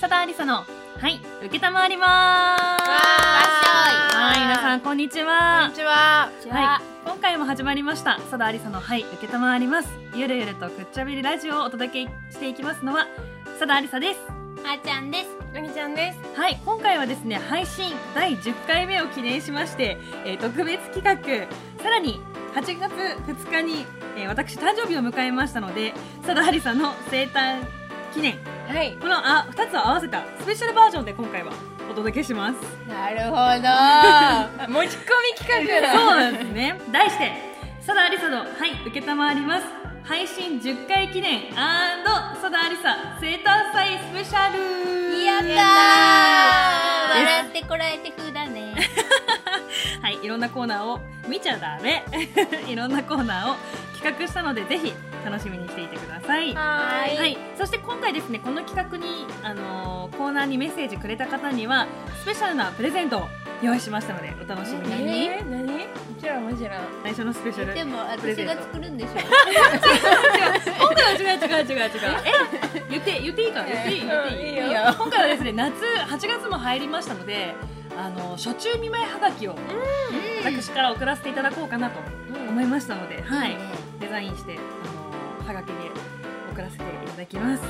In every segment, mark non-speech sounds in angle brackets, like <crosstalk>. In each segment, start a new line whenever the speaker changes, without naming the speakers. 久田ありさのはい受けたまわりますはい皆さんこんにち
こん
は
にちは。
はい今回も始まりました佐田ありさのはい受けたまわりますゆるゆるとくっちゃべりラジオをお届けしていきますのは佐田ありさです
あーちゃんです。
うにちゃんです。
はい今回はですね配信第10回目を記念しまして、えー特別企画さらに8月2日に、えー私誕生日を迎えましたので佐田ありさの生誕記念
はい。
このあ2つを合わせたスペシャルバージョンで今回はお届けします
なるほど。持ち込み
そ
企
う
画だ。
なんですね <laughs> 題して「佐田ありさのはい承ります」配信10回記念佐田ありさ生誕祭スペシャル
やったー
ー
笑ってこらえてくだね。
はい、いろんなコーナーを見ちゃダメ <laughs> いろんなコーナーを企画したのでぜひ楽しみにしていてください
は
は
ーい。
い、そして今回ですねこの企画に、あのーコーナーにメッセージくれた方にはスペシャルなプレゼントを用意しましたのでお楽しみに
えー何？もちろんもちろん。
最初のスペシャル
でも私が作るんでしょ。
今回は違う違う違う違う。え、 <laughs> 言って言っていいかな言っていい言っていい。
うんいいよ
<laughs> 今回はですね夏8月も入りましたので、あの初中見舞いはがきを私から送らせていただこうかなと思いましたので、はい、デザインしてあのはがきに送らせていただきます。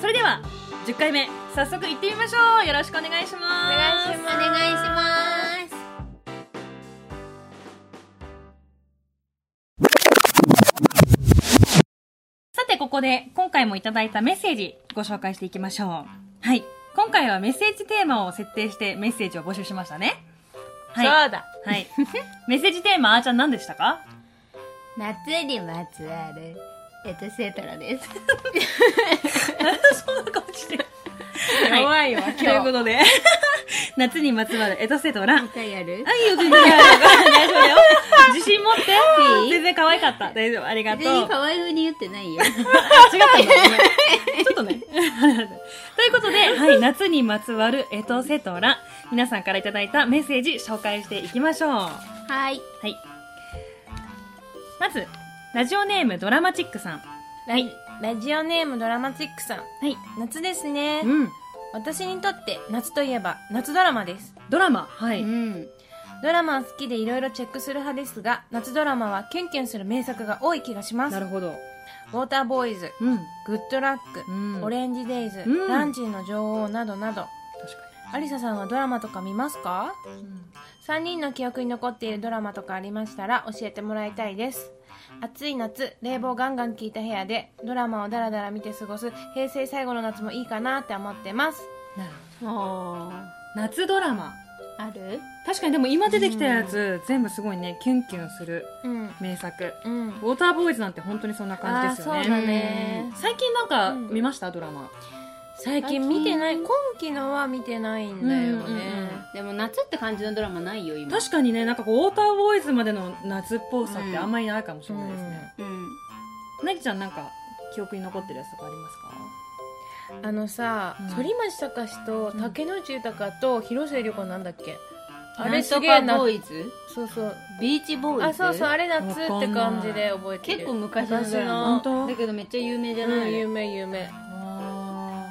それでは10回目早速行ってみましょう。よろしくお願いします。お
お願いし
お
ま
願いします。
さて、ここで今回もいただいたメッセージご紹介していきましょう。はい。今回はメッセージテーマを設定してメッセージを募集しましたね。はい。
そうだ。
はい。 <laughs> メッセージテーマ、あーちゃん何でしたか
<laughs>
夏にまつわる。えっと、セータラです。
そんな顔して。はい
弱いわ今
というこ
日。
とで、 <laughs> 夏にまつわるエトセトラ。あ、い
一回やる
いよ、全然大丈夫だよ。自信持って。 <laughs> 全然可愛かった。大丈夫、ありがとう。
全員可愛い風に言ってないよ。
違ったんだごめんちょっとね。という <laughs> ことで、はい、夏にまつわるエトセトラ。皆さんからいただいたメッセージ紹介していきましょう。は
はい。
い。まず、ラジオネームドラマチックさん。はい。
ラジオネームドラマチックさん。
はい。
夏ですね。
うん。
私にとって夏といえば夏ドラマです。
ドラマ。は
う
い。
ん。
ドラマは好きでいろいろチェックする派ですが、夏ドラマはキュンキュンする名作が多い気がします。
な
ウ
るほど。
ォーターボーイズ、
うん。
グッドラック、
うん
オレンジデイズ、
うん
ランチの女王などなど。
確か
アリサさんはドラマとか見ますか
に。
3人の記憶に残っているドラマとかありましたら教えてもらいたいです暑い夏冷房ガンガン効いた部屋でドラマをダラダラ見て過ごす平成最後の夏もいいかなって思ってます
なるほ
お
ど。夏ドラマ。
ある
確かにでも今出てきたやつ、全部すごいね、キュンキュンする
うん
名作。
うん
ウォーターボーイズなんて本当にそんな感じですよね。
あーそうだね
うん最近なんか
うん
見ました、ドラマ。
最近見てない今期のは見てないんだよね、
うんうんうん
でも夏って感じのドラマないよ、今。
確かにね、なんかこうウォーターボーイズまでの夏っぽさってあんまりないかもしれないですね。
うん。
なぎちゃんなんか記憶に残ってるやつとかありますか
あのさ、
うん
反町隆史と竹野内豊と広末涼子なんだっけ、あ
な
れ
ん
す
と
げえ
か
な
ボーイズ
そうそう
ビーチボーイズ
あそうそうあれ夏
わ
っ
か
て
んない
感じで覚えてる
結構昔のドラマ。
昔の本当
だけどめっちゃ有名じゃな
うん、
い、
有名有名
あ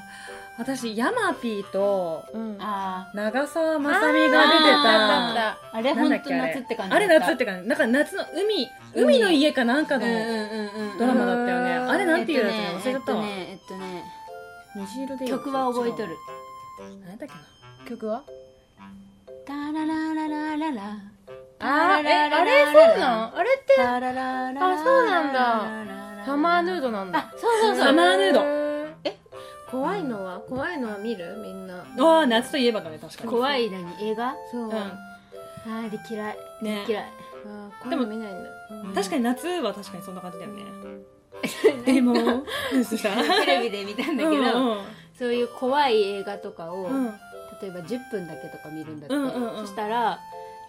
ー私、ヤマピーと
うん
あ
長澤ま
さ
さ
み
み
が
が
出
出て
てた
た。
あ。あ
な
れ
ん
本
だっ
当
けあれ
夏って感じだ
あ
った
れ夏って感じ。なんか夏の海、海の家かなんかの
うんうんうんうん
ドラマだったよね。
うん
あれなんていうやつね
え
忘れちゃ
っ
った
と
わ。
ねえっとね
虹色
え
で
っとね曲は覚えとる。
何やったっけな。
曲は
タララララララ
あーえ、
ララ
あ
ララ
れそうなんあれって
タララララ
あそうなん
だ
サマーヌードなんだ
あそうそうそう
サマーヌード
ドえ怖いのは怖いのは見るみんな
ああ、夏といえばだね、確かに。
怖い何映画
そう、
うん
あ
あれ嫌い
ね
嫌い
ー
で
怖い
も
の見ないんだ、うん
確かに夏は確かにそんな感じだよ
<laughs>
ね。でも、どうした
テレビで見たんだけどそういう怖い映画とかを
うんうん
例えば10分だけとか見るんだっ
うんうんう
て
ん
そしたら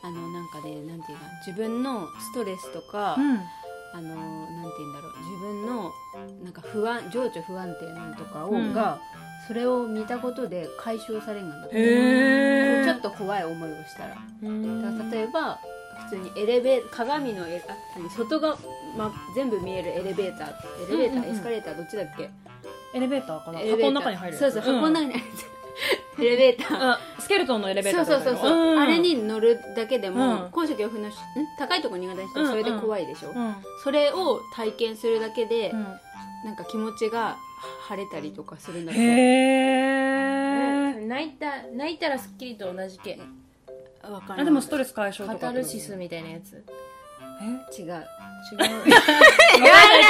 あのなんかねなんていうか自分のストレスとか
うん
あのなんて言うんだろう自分のなんか不安情緒不安定なのとかを、
うん
がそれを見たことで解消されるんだって
へー
ちょっと怖い思いをしたらだから例えば普通にエレベー鏡のえあ何外が、ま、全部見えるエレベーターエレベーター、
うんうんうん
エスカレーターどっちだっけ
エレベーターかな
エレベーター
箱の中に入る。
そうそう箱の
に。
中に入る、 <laughs> エレベーター
あスケルトンのエレベータ
そ
ー
う
ってこ
そう
と
そうそう、
ん
あれに乗るだけでも、
うん
高所恐怖のしん高いとこ苦手な人それで怖いでしょ、
うん
それを体験するだけで、
う
なんか気持ちが晴れたりとかするんだ
ん、
けど
へえ
泣いた泣いたらすっきりと同じけ
わからない
あでもストレス解消と
カ
か
タルシ
え
スみたいなやつ
違
<laughs>
う
や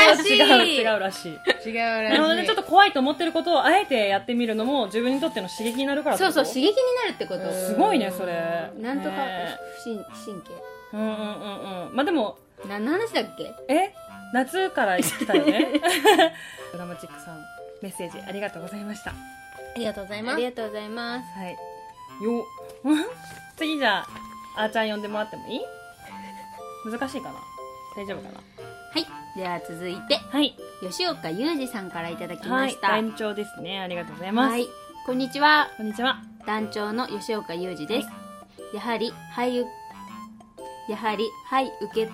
らしい
違う違うらしい
違うら
なるほどねちょっと怖いと思ってることをあえてやってみるのも自分にとっての刺激になるからって
そ
こ
う
と
そう刺激になるってこと、
うん
すごいねそれ
なんとか
ね
不神神経
うんうんうんうんまあでも
な何の話だっけ
え夏から来たよね <laughs> ドラマチックさんメッセージありがとうございましたは
ありがとうございま
あ
す
りがとうございます
いよ <laughs> 次じゃああーちゃん呼んでもらってもいい難しいかな大丈夫かな
はいでは続いて
はい
吉岡裕二さんからいただきま
はい
した
団長ですねありがとうございます、
はいこんにちは
こんにちは
団長の吉岡裕二です、やはり俳優やはりはい受
俳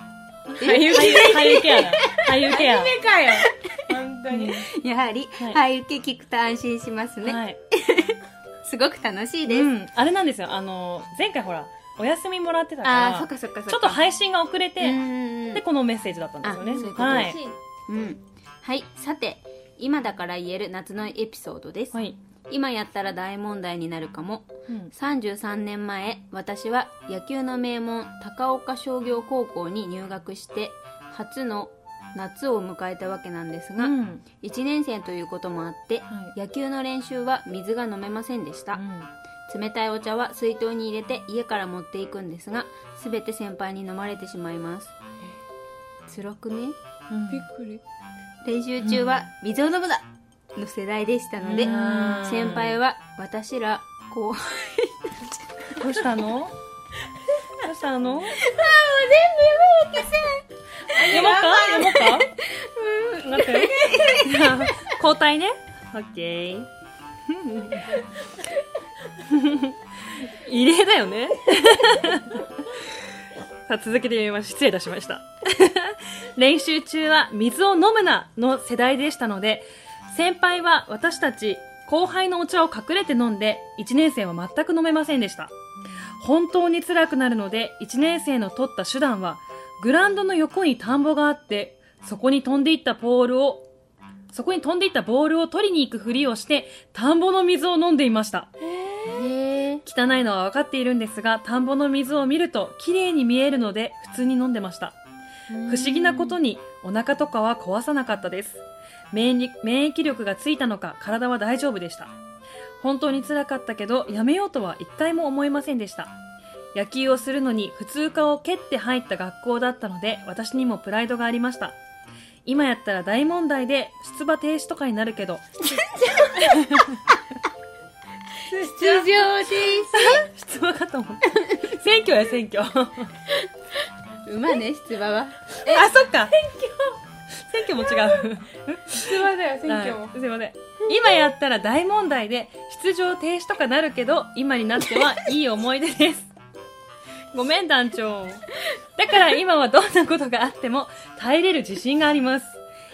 優俳優ケアだ俳優ケア
か
<laughs>
よ本当に
け <laughs> やはり、
はい
はい、受け聞くと安心しますね、
はい
すごく楽しいです、
うん、あれなんですよあの前回ほらお休みもらってたから
ああそっかそっかそっか
ちょっと配信が遅れて、
うん
でこのメッセージだったんですよね
あそういうこと
はい、
うんはいさて今だから言える夏のエピソードです、
はい
今やったら大問題になるかも
うん
33年前私は野球の名門高岡商業高校に入学して初の夏を迎えたわけなんですが、
うん
1年生ということもあって、
は
野球の練習は水が飲めませんでした、冷たいお茶は水筒に入れて家から持っていくんですが全て先輩に飲まれてしまいます辛くね
うん
くり
練習中は水を飲むなの世代でしたので、
うん
先輩は私らこう
どうしたのどうしたの読もうか読もうか待ってじゃあ交代ねオッケー異例だよねさあ続けて読みます失礼いたしました練習中は水を飲むなの世代でしたので先輩は私たち後輩のお茶を隠れて飲んで1年生は全く飲めませんでした本当に辛くなるので1年生の取った手段はグラウンドの横に田んぼがあってそこに飛んでいったボールをそこに飛んでいったボールを取りに行くふりをして田んぼの水を飲んでいました
へえ
汚いのは分かっているんですが田んぼの水を見ると綺麗に見えるので普通に飲んでました不思議なことにお腹とかは壊さなかったです免疫免疫力がついたのか体は大丈夫でした本当につらかったけどやめようとは一回も思いませんでした野球をするのに普通科を蹴って入った学校だったので私にもプライドがありました今やったら大問題で出馬停止とかになるけど
出場停
出馬かと思った選挙や選挙あ
止馬ね出馬は
そっか選挙も違う
出馬だよ選挙も
<laughs> はいすいません今やったら大問題で出場停止とかなるけど今になってはいい思い出です <laughs> ごめん団長だから今はどんなことがあっても耐えれる自信があります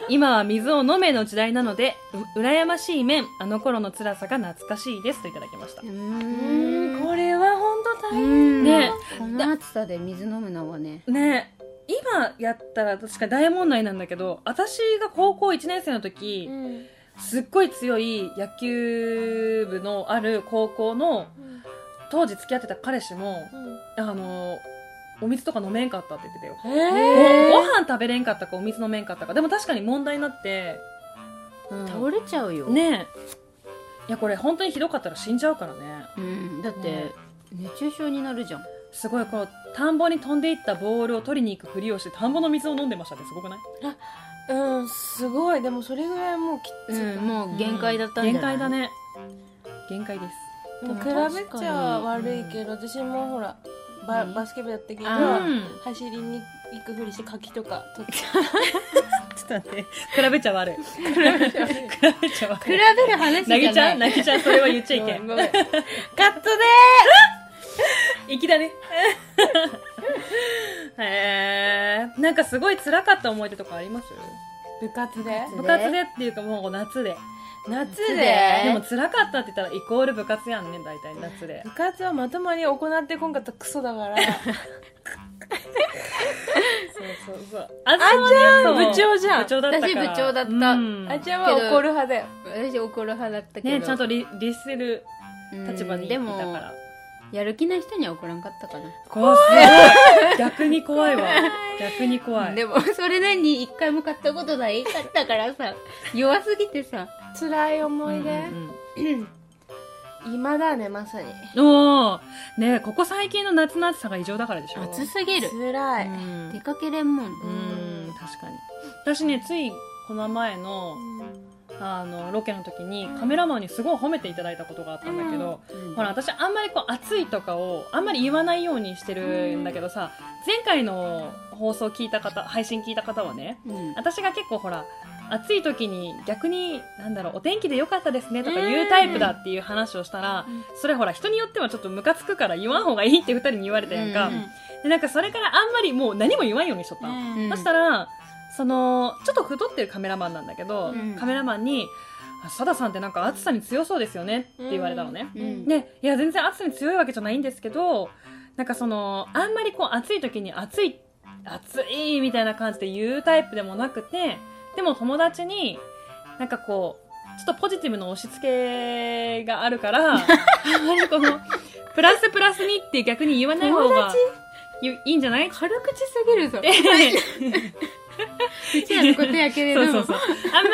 今は水を飲めの時代なのでう羨ましい面あの頃の辛さが懐かしいですといただきました
う
うん
ん
これは本当大変
ね
この暑さで水飲むのはね
ねえ今やったら確かに大問題なんだけど私が高校1年生の時、すっごい強い野球部のある高校の当時付き合ってた彼氏もあのお水とか飲めんかったって言ってたよ
え
ご飯食べれんかったかお水飲めんかったかでも確かに問題になって、うん
倒れちゃうよ、
ねえいやこれ本当にひどかったら死んじゃうからね
うん、だって熱中症になるじゃん
すごいこの田んぼに飛んでいったボールを取りに行くふりをして田んぼの水を飲んでましたってすごくない
うんすごいでもそれぐらいもうきついか
うん、もう限界だったんじゃない、
限界だね限界です
でも比べちゃ悪いけど、私もほらバ
ね
バスケ部だったけど
あ
うん
走りに行くふりして柿とか取って
ちょっと待って比べちゃ悪い <laughs> 比べちゃ悪
比べ
い
る
<laughs>
話じゃな
なぎ
い
ちゃんなぎちゃんそれは言っちゃいけん
ごめん
カットでー粋だね <laughs> へえんかすごい辛かった思い出とかあります
部活で
部活でっていうかもう夏で夏
夏
で
で
でも辛かったって言ったらイコール部活やんね大体夏で
部活はまともに行ってこんかったらクソだから
そうそうそうあ
あじゃん部長じゃん
部長だったから
私部長だった、
うん
あちゃんは怒る派だよ
私怒る派だったけど
ねちゃんと律律する
うん
立場にいたか
でも
ら
やる気な人には怒らんかったかな
怖いすごい逆に怖いわ逆に怖い
でもそれなりに一回も買ったことないかったからさ弱すぎてさ
辛い思い出、
うん
今だねまさに
うんおおねえここ最近の夏の暑さが異常だからでしょ
暑すぎる
辛い、
うん
出かけれんもん
うん確かに私ねついこの前のあのロケの時にカメラマンにすごい褒めていただいたことがあったんだけど、
うん
ほら私あんまりこう暑いとかをあんまり言わないようにしてるんだけどさ前回の放送聞いた方配信聞いた方はね
うん
私が結構ほら暑い時に逆になんだろうお天気で良かったですねとか言うタイプだっていう話をしたら
うん
それほら人によってはちょっとムカつくから言わん方がいいって二人に言われたやんか、
うん
でなんかそれからあんまりもう何も言わんようにしとったの、
うん
そしたら、その、ちょっと太ってるカメラマンなんだけど、
うん
カメラマンに、あサダさんってなんか暑さに強そうですよねって言われたのね。
うん
で、いや、全然暑さに強いわけじゃないんですけど、なんかその、あんまりこう暑い時に暑い、暑いみたいな感じで言うタイプでもなくて、でも友達に、なんかこう、ちょっとポジティブの押し付けがあるから、あんまりこの、プラスプラスにって逆に言わない方が、いいいんじゃない
軽口すぎるぞ
で
うちらのことやけれど
<laughs> そう
も
そうそう。あんま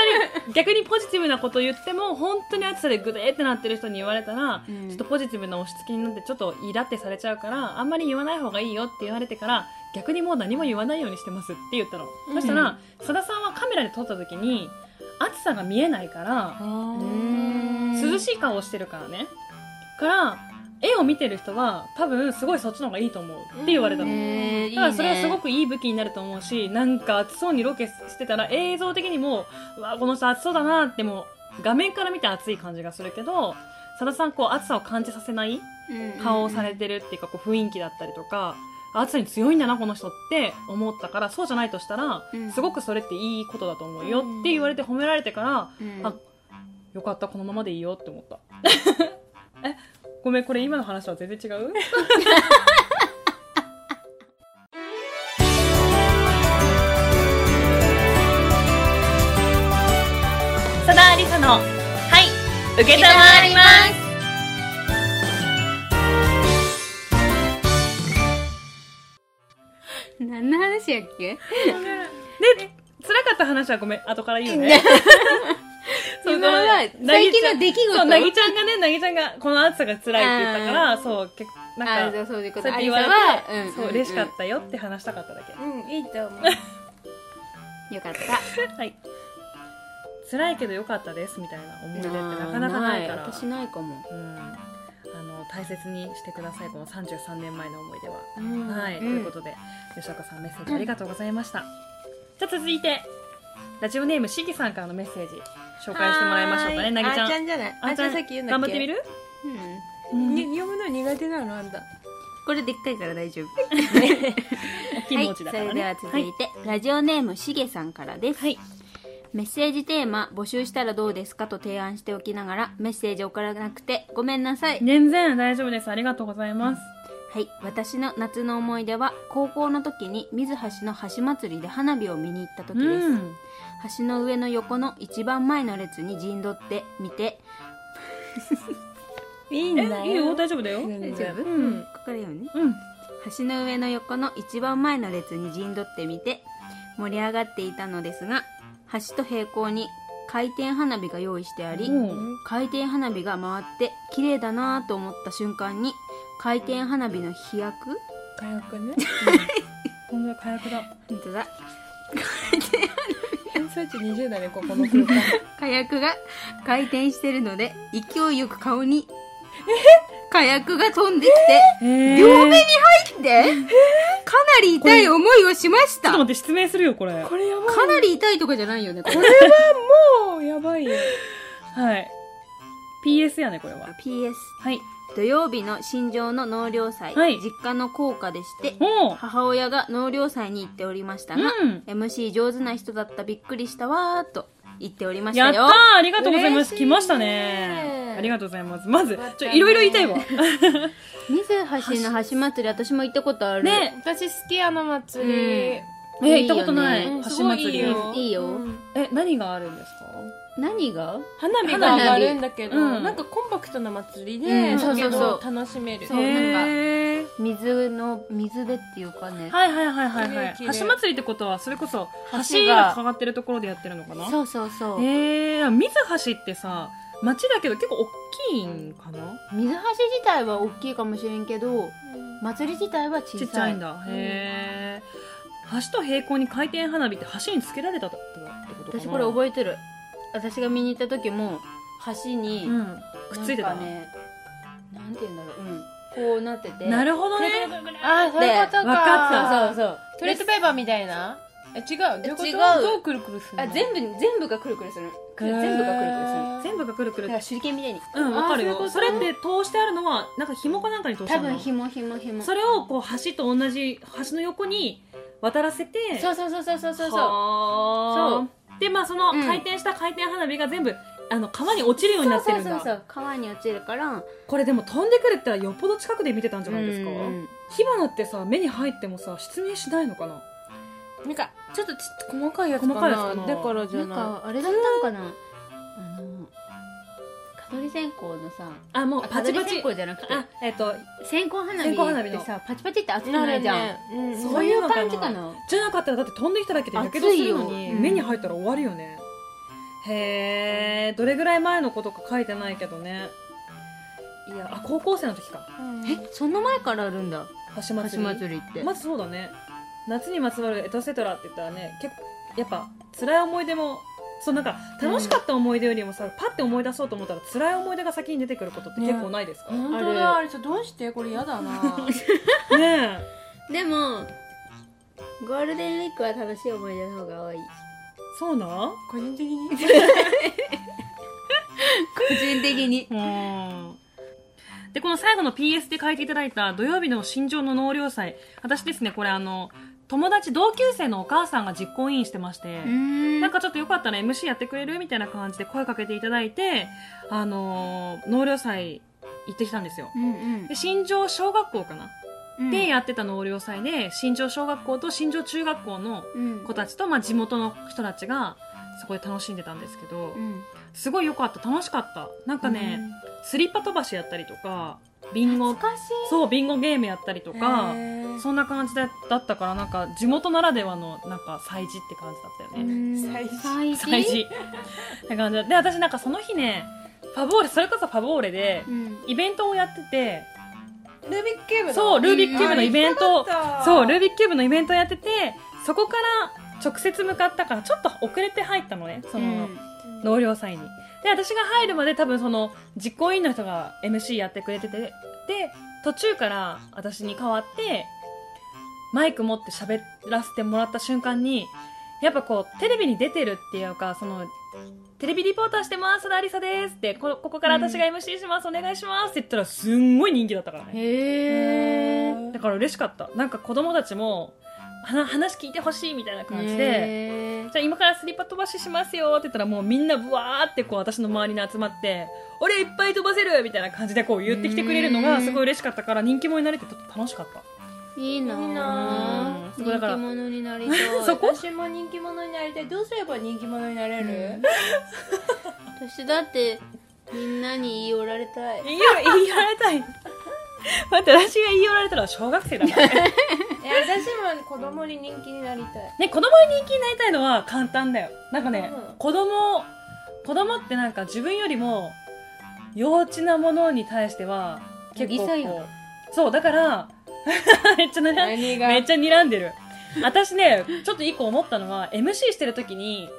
り逆にポジティブなこと言っても、本当に暑さでグデーってなってる人に言われたら、
うん
ちょっとポジティブな押し付けになって、ちょっとイラってされちゃうから、あんまり言わない方がいいよって言われてから、逆にもう何も言わないようにしてますって言ったの。そしたら、さださんはカメラで撮った時に、暑さが見えないから、
うーん
涼しい顔をしてるからね。から、絵を見てる人は、多分すごいそっちの方がいいと思うって言われたの。
へーいいね
だからそれはすごくいい武器になると思うし、なんか暑そうにロケしてたら映像的にも、うわ、この人暑そうだなってもう画面から見て暑い感じがするけど、さださんこう暑さを感じさせない顔をされてるっていうかこう雰囲気だったりとか、暑さに強いんだなこの人って思ったから、そうじゃないとしたら
うん、
すごくそれっていいことだと思うよって言われて褒められてから、
うん
あ、よかった、このままでいいよって思 <laughs> った。え、ごめん、これ今の話は全然違うさだありさの、はい、受けたまわります
何の話やっけ
で、辛かった話はごめん、後から言うね。 <laughs> そう
今は
なぎちゃん
最近の出来事
そう、なぎちゃんがね、なぎちゃんがこの暑さが辛いって言ったから、そう、結構、な
あ
ん
じ
か、
ゃあそういう
そ
こ
う
と
やっ
あ
て
り
言
さ
われ
は
て、そう、嬉しかったよって話したかっただけ。
うんいいと思う
たよかった
はい。辛いけど良かったですみたいな思い出ってなかなかないから。
私ないかも
うん。あの、大切にしてください、この33年前の思い出は。
うん
はい。と
うん
いうことで、吉岡さんメッセージありがとうございました。じゃあ続いて、ラジオネームしぎさんからのメッセージ、紹介してもらいましょうかね、なぎちゃん。
あーちゃんじゃないあーちゃんさっき言うんだ
頑
っけ
張ってみる
うん
に読むの苦手なのあんた
これでっかいから大丈夫
大きい文字だからね。
はい、それでは続いて、ラジオネームしげさんからです、
はい
メッセージテーマ募集したらどうですかと提案しておきながらメッセージ送らなくてごめんなさい、
全然大丈夫です。ありがとうございます。
はい私の夏の思い出は高校の時に水橋の橋祭りで花火を見に行った時です、
うん。
橋の上の横の一番前の列に陣取ってみて
いいん
え、
だ
いいよ、
よ
大丈夫だよ。う
全
ん。
然
大丈夫、
うん
ここだよね
うん。
橋の上の横の一番前の列に陣取ってみて盛り上がっていたのですが橋と平行に回転花火が用意してあり
うん
回転花火が回って綺麗だなぁと思った瞬間に回転花火の飛躍
火薬ね
ほんとだ、火薬だ。
本当だ
偏差値20だねここの空
<laughs>
間
火薬が回転してるので勢いよく顔に火薬が飛んでき
え
て両目に入ってかなり痛い思いをしまし
ちょったと
か
待って、失明するよ、これ。
これやばい
なり痛いとかじゃないよねこれ
もうやばいよ
はい。PS やね、これは。
PS
はい。
土曜日の新庄の納涼祭、
はい
実家の校歌でして
おう
母親が納涼祭に行っておりましたが、
うん
MC 上手な人だったびっくりしたわーと行っておりまし
や
た
った
よ
ーありがとうございます
嬉しい
来ましたねありがとうございますまずちょいろいろ言いたいわ
水橋の橋祭り私も行ったことある
ね
私好きあの祭り、
うん
え行ったことない
いいよ
ね
橋祭り
すごいよ
いいよ、
うん
え何があるんですか
何が
花火が上がるんだけど、
花火うん
なんかコンパクトな祭りで、
うん
だけど
そうそう
楽しめる
そう
なんか
へー
水の水でっていうかね
はいはいはいはいはい
綺麗綺麗
橋祭りってことはそれこそ橋
橋
が
が
かかってるところでやってるのかな
そうそうそう、
えー、水橋ってさ町だけど結構大きいんかな
水橋自体は大きいかもしれんけど祭り自体は小さ
ちっ
い
ちゃいんだへえ橋と平行に回転花火って橋につけられたってことかな
私これ覚えてる私が見に行った時も橋に、
うん、くっついてた
なんかねなんて言うんだろう、うん、こうなってて
な
る
るほどね
あーそういうことか
わかった
そうそう
トイレットペーパーみたいなえ違うどういうこと
違う
どうくるくるするの
あ全部全部がくるくるするくる全部がくるくるする
へー
全部がくるく
だ
る
から手裏剣みたいに
うんわかる
あー
よそ
そうい
れ
う
っ
こと
て通してあるのはなんか紐かなんかに通してあ
多
るの
分紐紐紐
それをこう橋と同じ橋の横に渡らせて
そうそうそうそうそうそうそう
はーでまあその
うん
回転した回転花火が全部あの川に落ちるようになってるん
そうそうそ
だ
う川に落ちるから
これでも飛んでくるってのはよっぽど近くで見てたんじゃないですか
うん
火花ってさ目に入ってもさ失明しないのかな
なんかちょっとち細かいやつか
細かいや
な
つかな
だからじ
な
ゃ
ん
な
かあれだったんかなあの蚊取り線香のさ
あもう
あ
パ
蚊
チパ
取り
チ
線香じゃなくて
あえっと
線香花火
線香花火
って
の
さパチパチって熱
い
くないじゃん、
るねうん
そ
そうう
い
いうう
のかな
感じかな
じゃなかったらだって飛んできただけでやけどするの
熱い
に
ようん
目に入ったら終わるよねへえどれぐらい前のことか書いてないけどねいやあ高校生の時か
うん
えそんな前からあるんだ
橋祭
橋
り
祭りって、
まずそうだね夏にまつわるエトセトラって言ったらね結構やっぱ辛い思い出もそうなんか楽しかった思い出よりもさ、パッて思い出そうと思ったら辛い思い出が先に出てくることって結構ない <laughs> ですか、ね
本当だあれちょどうしてこれやだな
え
でもゴールデンウィークは楽しい思い出の方が多い
そうなん
<laughs> 個人的に
個人的に
うんでこの最後の PS で書いていただいた土曜日の心情の納涼祭私ですねこれあの友達同級生のお母さんが実行委員してまして、
ん
なんかちょっとよかったら MC やってくれるみたいな感じで声かけていただいて、あのー納涼祭行ってきたんですよ。
うんうん
で、新庄小学校かな、
うん
で、やってた納涼祭で、新庄小学校と新庄中学校の
うん
子たちと、まあ、地元の人たちが、そこで楽しんでたんですけど
う、ん
すごい良かった、楽しかった。なんかね、スリッパ飛ばしやったりとか、ビンゴ、
難しい
そう、ビンゴゲームやったりとか
へ、ー
そんな感じだだったから、なんか地元ならではの、なんか祭事って感じだったよね。
うん
祭事
祭事
祭事って感じだで私 <laughs> なんかその日ねファボーレそれこそファボーレで
うん
イベントをやってて
ルービックキューブの
そうルービックキューブのイベントをそうルー
ビ
ビ
ッ
ックキューブのイベントをやっててそこから直接向かったからちょっと遅れて入ったのねその納涼祭にで私が入るまで多分その実行委員の人が MC やってくれててで途中から私に代わってマイク持って喋らせてもらった瞬間にやっぱこうテレビに出てるっていうかそのテレビリポーターしてますラリサですってこここから私が MC します、お願いしますって言ったらすんごい人気だったからね
へえ
だから嬉しかったなんか子供たちもは話聞いてほしいみたいな感じで、
で
じゃあ今からスリッパ飛ばししますよって言ったらもうみんなブワーってこう私の周りに集まって俺いっぱい飛ばせるみたいな感じでこう言ってきてくれるのがすごい嬉しかったから人気者になれてとって楽しかった
いいなぁ
いいな
ぁすごいだから
人気者になりたい
そこ
私も人気者になりたいどうすれば人気者になれる
<laughs> 私だってみんなに言い寄られたい
言いよ言い寄られたい <laughs> 待って私が言い寄られたら小学生だからね
いや私も子供に人気になりたい
ね子供に人気になりたいのは簡単だよなんかね、
うん
子供子供ってなんか自分よりも幼稚なものに対しては結構
うるさい
こ
よ
うそうだから <laughs> めっちゃ悩ん
何が
めっちゃ睨んでる私ねちょっと一個思ったのは MC してる時に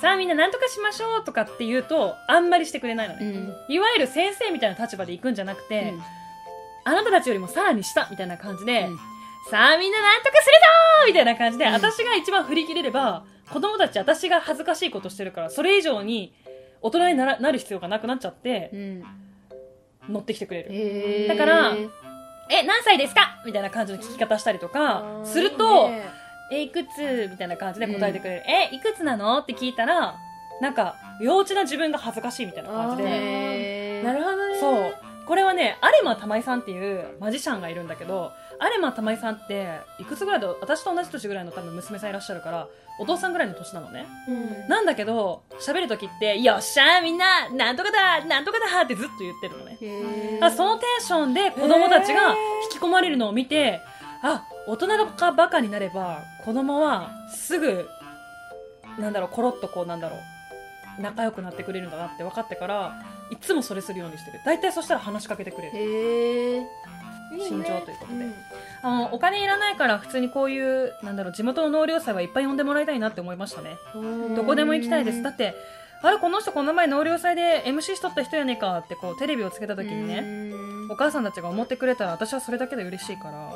さあみんな何とかしましょうとかって言うとあんまりしてくれないの
う
ね、
ん
いわゆる先生みたいな立場で行くんじゃなくて、あなたたちよりもさらに下みたいな感じで、
うん
さあみんな何とかするぞーみたいな感じで、
うん
私が一番振り切れれば子供たち私が恥ずかしいことしてるからそれ以上に大人にならなる必要がなくなっちゃって
う、ん
乗ってきてくれる
へー
だからえ何歳ですかみたいな感じの聞き方したりとかすると、
いいね
え、いくつみたいな感じで答えてくれる。え、いくつなのって聞いたら、なんか幼稚な自分が恥ずかしいみたいな感じで
へ
なるほどね
そうこれはね有馬玉井さんっていうマジシャンがいるんだけど有馬玉井さんっていくつぐらいだ私と同じ年ぐらいの多分娘さんいらっしゃるからお父さんぐらいの年なのね
うん
なんだけど喋る時って「よっしゃーみんななんとかだなんとかだ!」ってずっと言ってるのね
へ
あそのテンションで子供たちが引き込まれるのを見てあ大人がバカになれば子供はすぐなんだろうコロッとこうなんだろう仲良くなってくれるんだなって分かってからいつもそれするようにしてる大体そしたら話しかけてくれる
へえ
心情ということで、あのお金いらないから普通にこういうなんだろう地元の納涼祭はいっぱい呼んでもらいたいなって思いましたね
うん
どこでも行きたいですだってあれこの人この前納涼祭で MC しとった人やねんかってこうテレビをつけた時にね、お母さんたちが思ってくれたら私はそれだけで嬉しいから。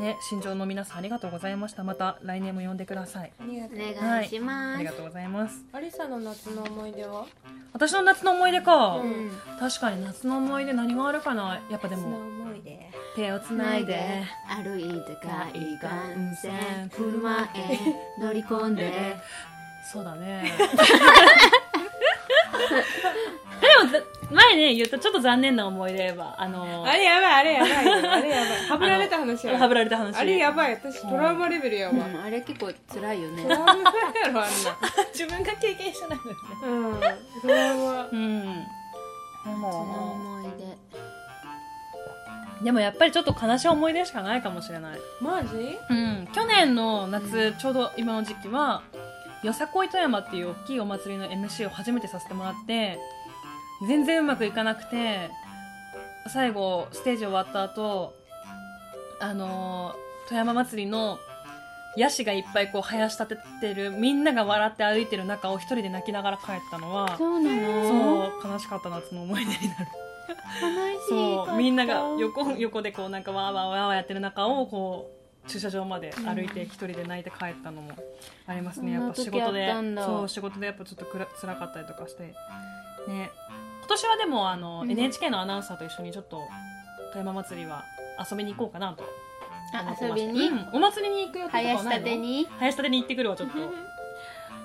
ね、新庄の皆さんありがとうございました。また来年も呼んでください。
ありがとう
お願いしま
あ
す
りがとうございます。
アリサの夏の思い出は
私の夏の思い出か。
う
うん
確かに夏の思い出何があるかな。やっぱで
夏の
も
思い出
手をつないで。
歩いて海岸線車へ乗り込んで
そうだね。でも前ね言ったちょっと残念な思い出はあの
あれやばいあれやばいよあれやばいはぶられた話や
はぶられた話。
あれやばい私トラウマレベルや
う
ば
んあれ結構辛いよね
トラウマや <laughs> ろあんな
自分が経験してないのにね。
うんトラウマ
うん。で
その
も
思い
でもやっぱりちょっと悲しい思い出しかないかもしれない。
マジ
うん、去年の夏、ちょうど今の時期はよさこい富山っていう大きいお祭りの MC を初めてさせてもらって全然うまくいかなくて最後ステージ終わった後あのー富山祭りのヤシがいっぱいこう生やし立ててるみんなが笑って歩いてる中を一人で泣きながら帰ったのは
出そうなの
そう悲しかった夏の思い出になる
悲しい
そうみんなが横横でこうなんかわーわーわーわーやってる中をこう駐車場まで歩いて一人で泣いて帰ったのもありますね、
うん
やっぱ仕事で
そんな時あったんだ
そう仕事でやっぱちょっとくら辛かったりとかしてね今年はでもあの、NHK のアナウンサーと一緒にちょっと富山祭りは遊びに行こうかなと思
あ
って
遊
まし
び
た
に
うん、お祭りに行く予定とかはないの
林立てに
林立てに行ってくるわちょっと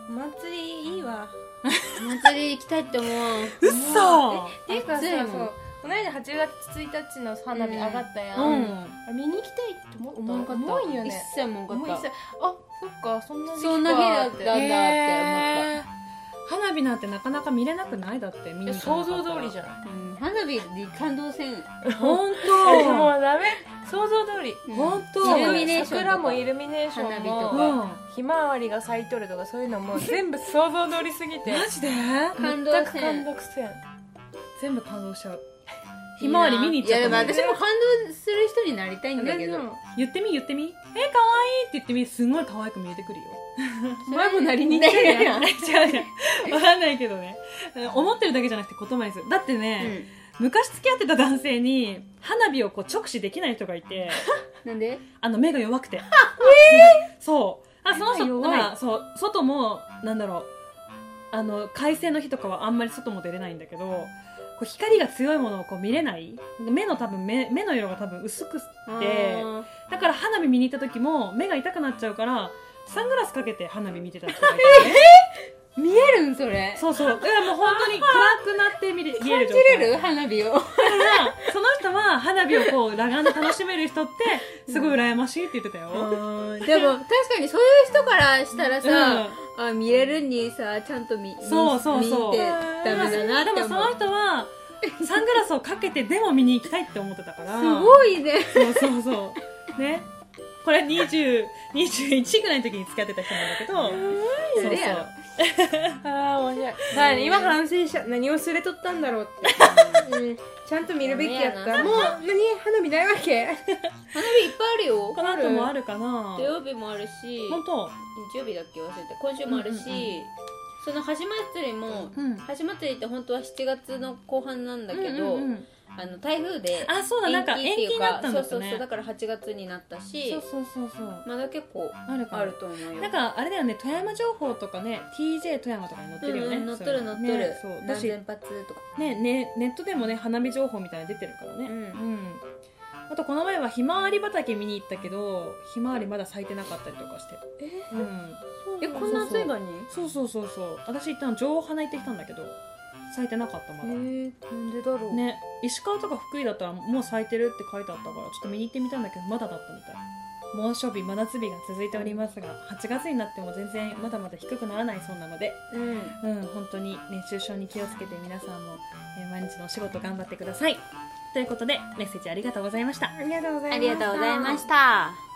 お祭りいいわ
お祭り行きたいって思う
うっそ
っていうかさ
暑いもん
そうこの間8月1日の花火上がったやん、
う
あ
ん
れ見に行きたいって思った
思わんかった
重いよ
一
ね
切もんか
重い
っ
さあそっかそんな時期か
そんな日だった
て
んだって思っ
花火なんてなかなか見れなくないだって見
い
に
や
行か
想
なかっ
像
たら
通りじゃん
た、うん、花火に感動せん
本
もうダメ想像通り
うん
本
イルミネーションとか
桜もイルミネーション
花火と
も
か
ひまわりが咲いとるとかそういうのも全部想像通りすぎて
マジで
感動
全く
せ
感
ん
動せん
全部感動しちゃうひまわり見に行っちゃった
いやでも
もん
私も感動する人になりたいんだけど
言ってみ言ってみえ可愛いって言ってみすごい可愛く見えてくるよ
前もなりに行ってるやん
やん
違う違う分かんないけどね思ってるだけじゃなくて言葉にするだってね、昔付き合ってた男性に花火をこう直視できない人がいて
なんで
あの目が弱くてそうあその人
目が弱い
まあそう外もなんだろうあの快晴の日とかはあんまり外も出れないんだけどこう光が強いものをこう見れない目の多分目目の色が多分薄くで
あ
だから花火見に行った時も目が痛くなっちゃうからサングラスかけて花火見てた人がいて、
ー見えるんそれ
そうそうだからもう本当に暗くなって見れ見える
感
状
じ
態
れる花火を
だからその人は花火をこう裸眼で楽しめる人ってすごい羨ましいって言ってたよ、
でも確かにそういう人からしたらさ、あ見れるにさちゃんと見
そうそうそう
見てダメだなって
でもそ
思
の
う
人はサングラスをかけてでも見に行きたいって思ってたから
すご
<laughs>
いね
そうそうそうねこれ20 21ぐらいの時に付き合ってた人なんだけどそう
それやろ
ああ面白いだからね今反省した何を忘れとったんだろうって、うん、ちゃんと見るべきやっ
ダメや
た
な
もう何花火ないわけ
花火いっぱいあるよ
この後もあるかな
土曜日もあるし
本当
日曜日だっけ忘れた今週もあるし、
うんうんうん
その橋祭りも、
うん
橋祭りって本当は7月の後半なんだけど、
うんうんうん
あの台風で
あそうだなんか延期になったんだ
そ
った
うそうそう
ね
だから8月になったし
そうそうそうそう
まだ結構
あるか
あ
ら
ると思うよ
なんかあれだよね富山情報とかね TJ 富山とかに載ってるよね、
うんうん乗っとる乗っとる、
ねそうだ
何
し
千発とか
ねねネットでもね花火情報みたいなの出てるからね
うん
うんあとこの前はひまわり畑見に行ったけどひまわりまだ咲いてなかったりとかして
え
うん
えこんな暑いのに
そうそうそうそう私行ったの女王花行ってきたんだけど咲いてなかったまだ、
えなんでだろう
ね石川とか福井だったらもう咲いてるって書いてあったからちょっと見に行ってみたんだけどまだだったみたい猛暑日真夏日が続いておりますが8月になっても全然まだまだ低くならないそうなので
うん
うん本当に熱中症に気をつけて皆さんも、えー毎日のお仕事頑張ってくださいということでメッセージありがとうございました
ありがとうございま
あ
した
りがとうございました